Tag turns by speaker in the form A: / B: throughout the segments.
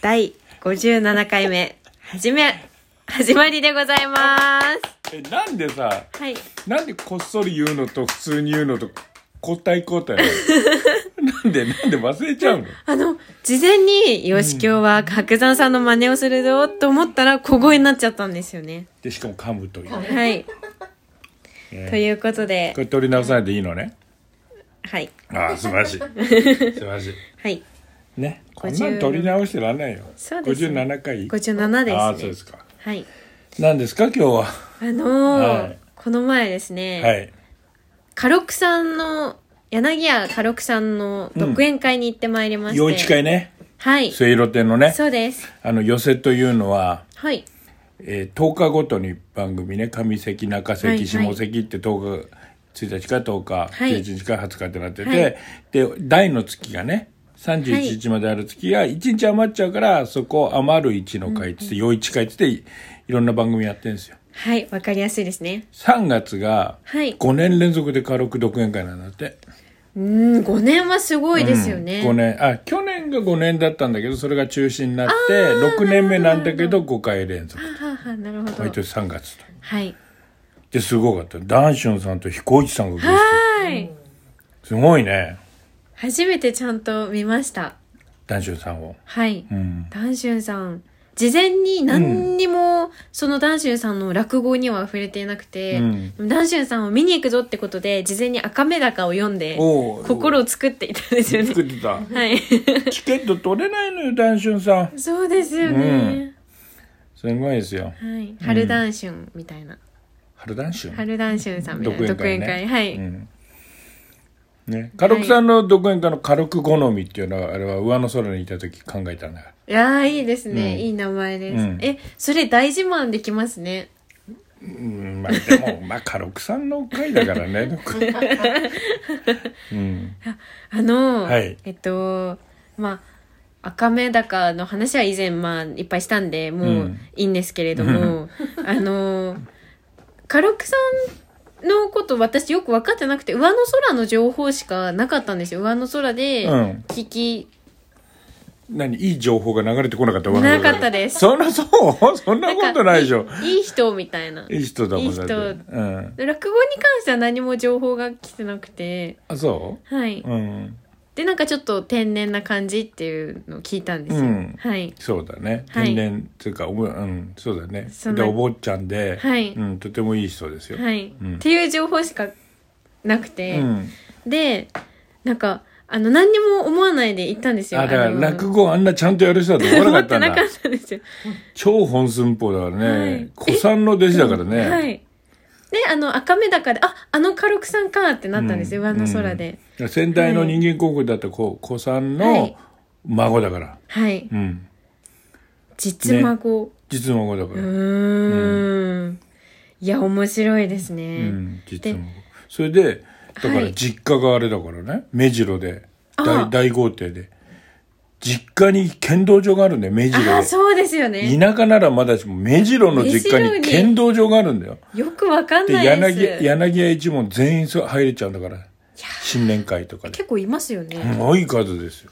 A: 第57回目、はじめ、始まりでございます。
B: えなんでさ
A: はい。
B: なんでこっそり言うのと普通に言うのと交代交代 なんでなんで忘れちゃうの
A: あの、事前に、よしきょうは角山さんの真似をするぞと思ったら、小声になっちゃったんですよね。
B: でしかも噛むという、
A: はい。
B: ね
A: ということで
B: こ、れ取り直さないでいいのね
A: はい。
B: ああ素晴らしい素晴らしい
A: はい。
B: ねこん
A: 50
B: なん取り直してらんないよ
A: そうですね
B: 57回
A: 57です、ね。
B: ああそうですか
A: はい。
B: 何ですか今日は
A: あのー
B: はい
A: この前ですね、
B: はい
A: カロクさんの、柳家カロクさんの独演会に行ってまいりまして。
B: 陽一会ね
A: はい。
B: 末色亭のね
A: そうです。
B: あの寄せというのは
A: はい。
B: えー10日ごとに番組ね上関中関、
A: はいはい
B: 下関って10日1日から10日、
A: はい
B: 11日から20日ってなってて、
A: はい
B: で大の月がね31日まである月が1日余っちゃうからそこ余る1の会っつって余一会っつっていろんな番組やってるんですよ
A: はい。わかりやすいですね。
B: 3月が
A: はい
B: 5年連続で軽く独演会なんだって、
A: うーん、5年はすごいですよね。
B: 5年あ去年が5年だったんだけどそれが中止になって6年目なんだけど5回連続
A: はあはあ、なるほ
B: 毎
A: ど。
B: 年3月と
A: はい。
B: ですごかったダンションさんと彦一さんがゲスト
A: はい。
B: すごいね
A: 初めてちゃんと見ました。
B: ダンションさんを
A: はい。
B: うん
A: ダンシュンさん。事前に何にも、そのダンシュンさんの落語には触れていなくて、
B: うん
A: でもダンシュンさんを見に行くぞってことで、事前に赤目高を読んで、
B: おう
A: 心を作っていたんですよね
B: 作。ってた
A: はい。
B: チケット取れないのよダンションさん
A: そうですよね。
B: すごいですよ
A: はい。春ダンシュンみたいな。
B: 春ダンション
A: 春ダンシュンさんみたいな。独演会。は
B: う
A: い。
B: んね、軽くさんの独演会の軽く好みっていうのはあれは上の空にいた時考えたんだか
A: い
B: ら
A: やー、いいですね。
B: うん
A: いい名前です。
B: うん
A: え、それ大自慢できますね。
B: うんまあ でもまあ軽くさんの回だからね僕うん
A: あの、
B: はい
A: えっと、まあ、赤目高の話は以前、まあ、いっぱいしたんで、もううんいいんですけれども、あの、カロクさんのこと私よく分かってなくて、上の空の情報しかなかったんですよ。上の空で
B: うん
A: 聞き、
B: 何いい情報が流れてこなかったわ
A: なかったです
B: そんなそうそんなことないでしょ
A: んかいいいい人みたいな。
B: いい人だもん
A: いい人
B: だってうん
A: 落語に関しては何も情報が来てなくて、
B: あそ
A: はい。
B: ううん
A: で、なんかちょっと天然な感じっていうのを聞いたんですよ。
B: うん
A: はい。
B: そうだね
A: はい
B: 天然っていうかおぼうんそうだね
A: そん
B: で
A: な
B: お坊ちゃんで、
A: はい
B: うん、とてもいい人ですよ、
A: はい、
B: うん
A: っていう情報しかなくて、
B: うん、
A: でなんかあの何にも思わないで行ったんですよ
B: あだから
A: の
B: 落語あんなちゃんとやる人だと思わ
A: 思
B: な
A: っ
B: か
A: て
B: った
A: なん
B: だ
A: かったんです よ
B: 超本寸法だから
A: は
B: ね
A: い
B: 古参の弟子だからね、
A: はいであの赤目高でああの軽くさんかってなったんですよ、
B: うん
A: 上の空で、
B: うん先代の人間国宝だった子古参
A: は
B: の
A: い
B: 孫だから、
A: はい
B: うん
A: 実孫、
B: 実の孫だから、
A: うーんいや面白いですね、
B: うん、実
A: で
B: もそれでだか
A: は
B: ら
A: い
B: 実家があれだからね目白で
A: ああ
B: 大大豪邸で実家に剣道場があるんだよ目白
A: ああ
B: で
A: そうですよね
B: 田舎ならまだしも目白の実
A: 目白
B: 家
A: に
B: に剣道場があるんだよ
A: よくわかん
B: で
A: ない
B: 柳
A: です
B: 柳家一門全員そう入れちゃうんだから新年会とかで
A: 結構いますよね、
B: すごい数ですよ、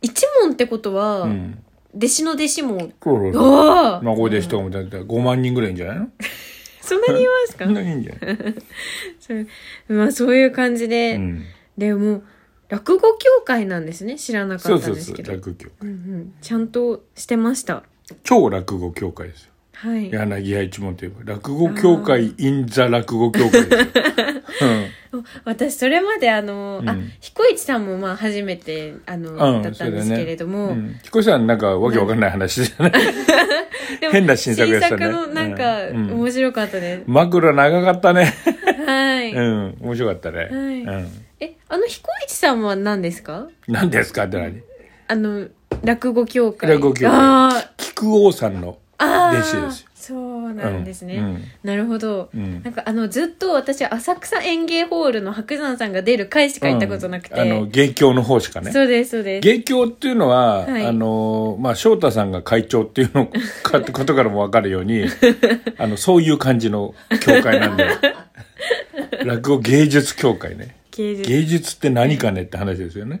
A: 一門ってことは、
B: うん、
A: 弟子の弟子も
B: そうそう
A: おお
B: 孫弟子とかもだって5万人ぐらいいんじゃないの
A: そんなに言いますか
B: そんなにいいんじゃない、
A: それまあそういう感じで、
B: うん、
A: でも落語協会なんですね知らなか
B: そう
A: った
B: そ
A: ん
B: う
A: です
B: そう
A: けどう
B: 落語協会
A: んうんちゃんとしてました
B: 超落語協会ですよ
A: はい
B: 柳家一門といえば落語協会 in ザ落語協 会ですよ、
A: 私それまであの、
B: うん
A: あ彦一さんもまあ初めてあの、
B: うんうん
A: だった
B: そうん
A: で
B: だ
A: す
B: ね
A: けれども、
B: うん彦さんなんかわけわかんない話じゃない
A: でも
B: 変な新作でしたね
A: 新作のなんか、
B: うんうん
A: 面白かったです、
B: 枕長かったね
A: はい、
B: うん面白かったね、
A: い
B: うん
A: えあの彦一さんは何ですか
B: 何ですかって何
A: あの落語協会
B: 落語協会
A: あー
B: 菊王さんの
A: ああ
B: 弟子ですよ
A: そうなんですね、
B: うん
A: なるほど、
B: うん
A: なんかあのずっと私は浅草園芸ホールの白山さんが出る回しか行ったことなくて、
B: うんあの芸協の方しかね
A: そうですそうです
B: 芸協っていうのは、
A: はい
B: あのまあ翔太さんが会長っていうのかことからもわかるようにあのそういう感じの協会なんで落語芸術協会ね
A: 芸術
B: 芸術って何かねって話ですよね。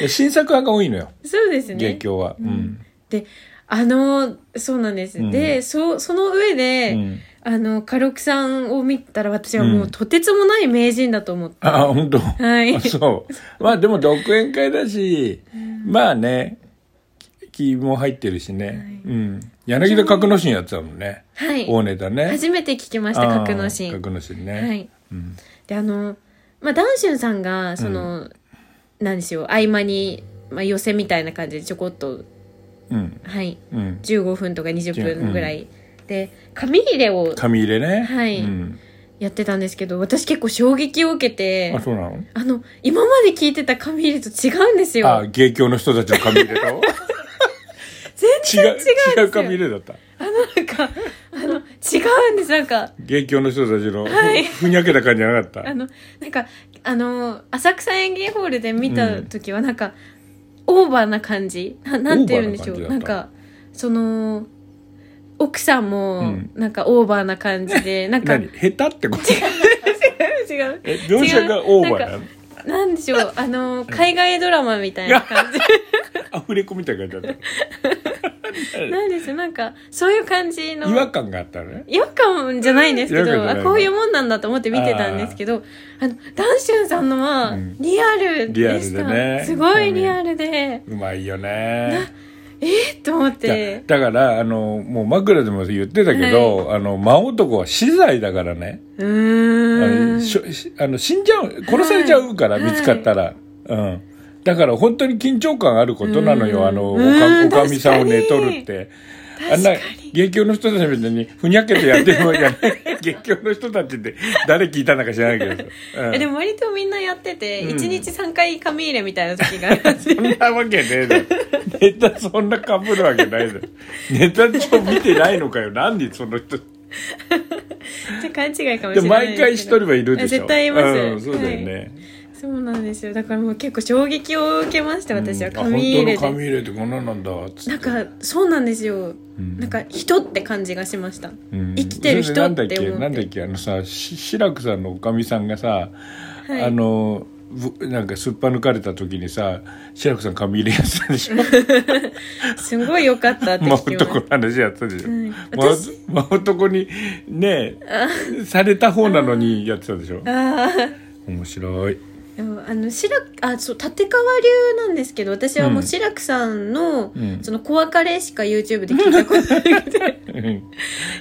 B: や新作派が多いのよ、
A: そうです
B: 芸
A: ね。
B: 協は。うん。
A: で、あの、そうなんです。
B: うん
A: で、そう、その上で、
B: うん
A: あの、カロクさんを見たら私はもう、
B: うん
A: とてつもない名人だと思って。
B: あ、本当。
A: はい
B: あそう。まあでも独演会だし、まあね、気も入ってるしね。うん。柳田格之進やってたもんね。
A: はい。
B: 大ネタね。
A: 初めて聞きました、
B: あー
A: 格のシーン。
B: 格之進ね。
A: はい。
B: うん。
A: で、あの、まあ、ダンシュンさんが、その、なんですよ、合間に、まあ、寄せみたいな感じでちょこっと、
B: うん。
A: はい、
B: うん。
A: 15分とか20
B: うん
A: 分ぐらい。で、紙入れを
B: 紙入れね。
A: はい
B: うん。
A: やってたんですけど、私結構衝撃を受けて
B: あ、、そうなの
A: あの、今まで聞いてた紙入れと違うんですよ。
B: あ、芸協の人たちの紙入れ だろ
A: 全然違うんですよ。
B: 違う紙入れだった。
A: あの、なんか、あの、違うんです。なんか、
B: 芸協の人たちの
A: はい
B: ふふにゃけた感じじゃなかっ た。
A: あの、なんか、あの、浅草演芸ホールで見た時は、なんか、オーバーな感じ。ななんて言うんでしょ
B: オ
A: う。
B: ーバー
A: な
B: なん感じだった
A: か、その、奥さん
B: う
A: も
B: ん、
A: なんかオーバーな感じ で、なん か、違
B: 何
A: う
B: 下手ってこと
A: 違う。
B: え、描写がオーバーなの
A: なんでしょう。あの、海外ドラマみたいな感 じ。
B: アフレコみたいな感じだっ
A: なんですよ。なんか、そういう感じの
B: た。。違和感があったのね。
A: 違和感じゃないんですけ
B: 違和感
A: ど
B: じゃ
A: あ
B: ない
A: こういうもんなんだと思って見てたんですけどあのダンシュンさんのは
B: うん
A: リアル
B: リア
A: で
B: ルで
A: した、
B: ね
A: すごいリアルで、
B: うまいよね。
A: えっと思っ
B: だ
A: て
B: だから、あの、もう枕でも言ってたけど、あの、魔男は死罪だからね。
A: う
B: あ
A: ー
B: の
A: ん
B: しょしあの死んじゃう、殺されちゃうから、
A: はい
B: 見つかったら。うん。だから本当に緊張感あることなの
A: うん
B: よ、あの、お
A: う
B: か
A: ん
B: おかみさんを寝
A: 確かに
B: 取るって。あ
A: 確
B: んな
A: かに、
B: 芸協の人たちみたいに、ふにゃけてやってるわけじゃない。芸協の人たちって、誰聞いたのか知らないけどさ。うん
A: えでも割とみんなやってて、
B: うん
A: 一1日3回紙入れみたいな時が あるんですよ
B: そんなわけねえだろ。ネタそんなかぶるわけないだろ。ネタ帳見てないのかよ。何でその人。
A: ちょっと勘違いかもし
B: で
A: れない
B: 毎回一人はいるでしょ。
A: 絶対います、
B: うん、そうだよ
A: は
B: ね。
A: いそうなんですよだからもう結構衝撃を受けました私は
B: うんあ
A: 紙入れ
B: 本当の
A: で
B: 紙入れってこんなんなんだっつ
A: な
B: っ
A: ん
B: て
A: かそうなんですよ
B: うん
A: なんか人って感じがしました
B: うん
A: 生きてる人って思って
B: それでなんだっけなんだっけあのさし志らくさんのおかみさんがさ、
A: はい
B: あのぶなんかすっぱ抜かれた時にさ志らくさん紙入れやってたでしょ
A: すごい良かったって
B: 真
A: 聞きました
B: 男の話やってたでしょ、
A: はい私
B: 真真男にねされた方なのにやってたでしょ
A: ああ
B: 面白い
A: でもあの白あそう立川流なんですけど私はもう
B: うん
A: 白くさんの、
B: うん
A: その小別れしか YouTube で聞いたことなく て
B: うん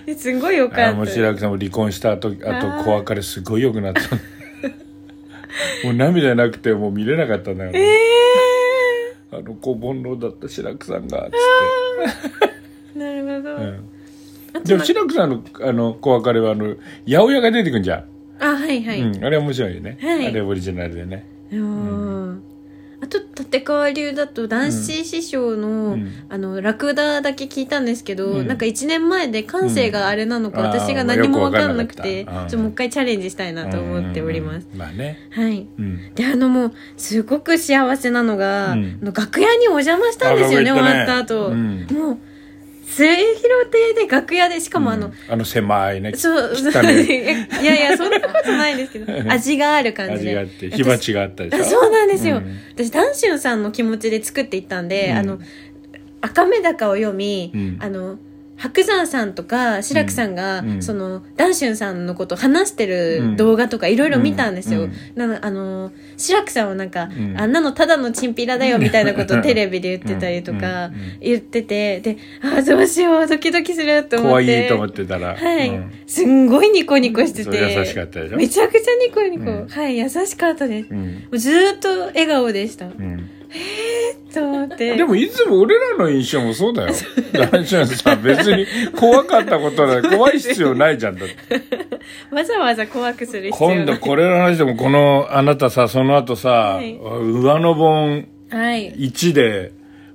A: ですごいよ
B: あ
A: か
B: ーも
A: っ
B: う志
A: た
B: らくさんも離婚した後あ
A: あ
B: と
A: ー
B: 子別れすごい良く なったもう涙なくてもう見れなかったんだよね、
A: え
B: あの子煩悩だった志らくさんがつって、
A: ー、なるほど、
B: うん、
A: あと
B: でも
A: ま
B: 志らくさんのあの子別れはあの八百屋が出てくんじゃん、
A: あはいはい、
B: うん、あれ面白いよね、
A: はい
B: あれオリジナルでね
A: うんあと立川流だと男子師匠の、
B: うん
A: あのラクダだけ聞いたんですけど、
B: うん
A: なんか1年前で感性があれなのか、
B: うん
A: 私が
B: あー
A: 何も分かんなくて
B: よく分かんなかったう
A: ちょ
B: ん
A: っともう一回チャレンジしたいなと思っております
B: う、んまあね
A: はい
B: うん
A: であのもうすごく幸せなのが、
B: うん
A: あの楽屋にお邪魔したんですよね
B: あ
A: 終
B: 楽屋
A: わ
B: 行
A: っ
B: った
A: た
B: ね
A: 後、
B: うん
A: もう末広亭で楽屋でしかもあの、
B: うんあの狭いね
A: そう、
B: 汚い
A: いやいや、そんなことないんですけ ど、味がある感じ
B: 味
A: で。
B: があって火鉢があったでしょ
A: あ そうなんですよ、
B: うん
A: 私ダンシュンさんの気持ちで作っていったんで、
B: うん
A: あの赤目高を読み、
B: うん
A: あの白山さんとか志らくさんが、
B: うん
A: そのダンシュンさんのことを話して
B: う
A: る
B: ん
A: 動画とかいろいろ見たんですよ、
B: うん
A: なのあの志らくさんはなんか、
B: ん
A: あんなのただのチンピラだよみたいなことをテレビで言ってたりと
B: う
A: か
B: んうんうん
A: 言っててであーどうしようドキドキすると思って
B: 怖いと思ってたら、
A: はい、
B: うん
A: すんごいニコニコして
B: そ
A: て
B: れ優しかったでしょ
A: めちゃくちゃニコニコ、
B: うん
A: はい優しかったです、
B: うん
A: ずーっと笑顔でした。
B: うん
A: と思って。
B: でもいつも俺らの印象もそ うだよ。ダンシュンさん別に怖かったことない。怖い必要ないじゃんだって。
A: わざわざ怖くする 必要
B: 今度これの話でもこのあなたさ、その後さ、
A: はい
B: 上の本
A: はい。
B: 1で、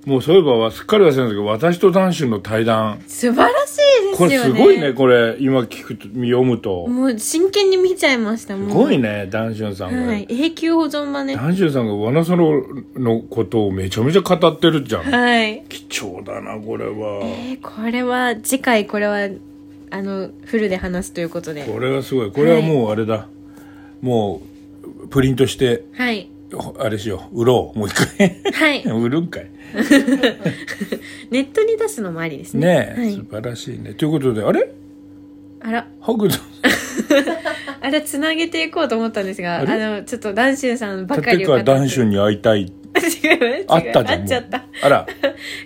B: もうそういえばすっかり忘れたんですけど、私とダンシュンの対談。
A: 素晴らしいですよね。
B: これすごいね、。これ今聞くと、読むと。
A: もう真剣に見ちゃいました。す
B: すごい
A: ね。
B: ね、ダンシュンさんが。
A: はい。永久保存版ね。
B: ダンシュンさんが上野さんののことをめちゃめちゃ語ってるじゃん。
A: はい。
B: 貴重だな、これ
A: え
B: は。
A: ーこれは、次回これは、あの、フルで話すということで。
B: これはすごい。これはもうあれだ。もう、プリントして
A: はい。
B: ほあれしよう売ろうもう一回
A: はい
B: 売るんかい
A: ネットに出すのもありですね
B: ねえ、
A: はい
B: 素晴らしいねということであれ
A: あら
B: ハグと
A: あれつなげていこうと思ったんですがあ
B: あれ
A: のちょっとダンシュンさんばかり
B: 立
A: よか
B: 川
A: った
B: 談春に会いた
A: 違
B: い
A: います違います
B: あったじゃん
A: あっちゃった
B: もうあら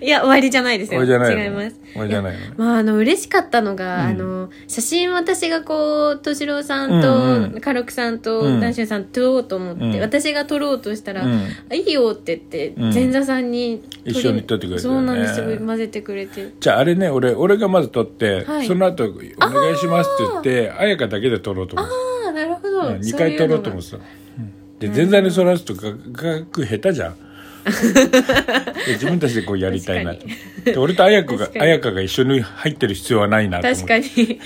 A: いや終わりじゃないです
B: こ
A: よ
B: れじゃないの
A: 違います
B: これじゃないの
A: まあ、あの嬉しかったのが、
B: うん
A: あの写真私がこう敏郎さんと、
B: うんうん
A: カロクさんと、
B: うん
A: ダンシュンさん撮ろうと思って、
B: うん
A: 私が撮ろうとしたら「
B: うん
A: あいいよ」って言って、
B: うん
A: 前座さんに
B: 一緒に撮ってくれた
A: そ
B: よね
A: うなんですよ混ぜてくれて
B: じゃああれね俺俺がまず撮って、
A: はい
B: その後お願いしますって言って彩香だけで撮ろうと思って
A: ああなるほど、
B: うん二回撮ろうと思ってたうんで前座にそらすと画角下手じ ゃんで自分たちでこうやりたいなと思ってで俺と綾子が
A: 確かに
B: 綾香が一緒に入ってる必要はないなと思っ
A: 確
B: て
A: かに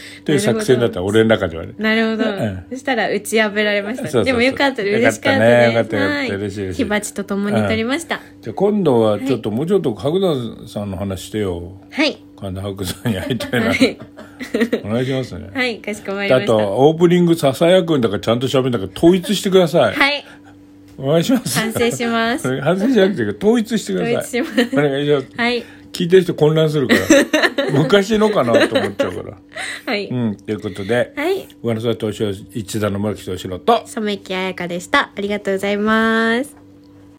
B: という作戦だった俺の中ではね
A: なるほど、
B: うん
A: そしたら打ち破られました
B: そうそうそう
A: でもよかったです
B: よか
A: 嬉
B: っ
A: しかったた
B: ね
A: です
B: よかったよかった
A: はい
B: 嬉しい嬉しい
A: 火鉢と共に撮りました、
B: じゃあ今度はちょっともうちょっと白山さんの話してよ
A: はい
B: 神田白山に会いたいな
A: はい、
B: お願いしますね
A: はい、かしこまりま
B: あ
A: したは
B: とオープニングささやくんだからちゃんと喋るんだから統一してください
A: い
B: お願いします
A: 反省します
B: 反省じゃなくて統一してください
A: 統一します
B: お願いします
A: はい
B: 聞いてる人混乱するから昔のかなと思っちゃうから
A: はい、
B: うんということで
A: はい
B: 上野沢投資一座の村木敏郎と
A: 染木彩香でしたありがとうございます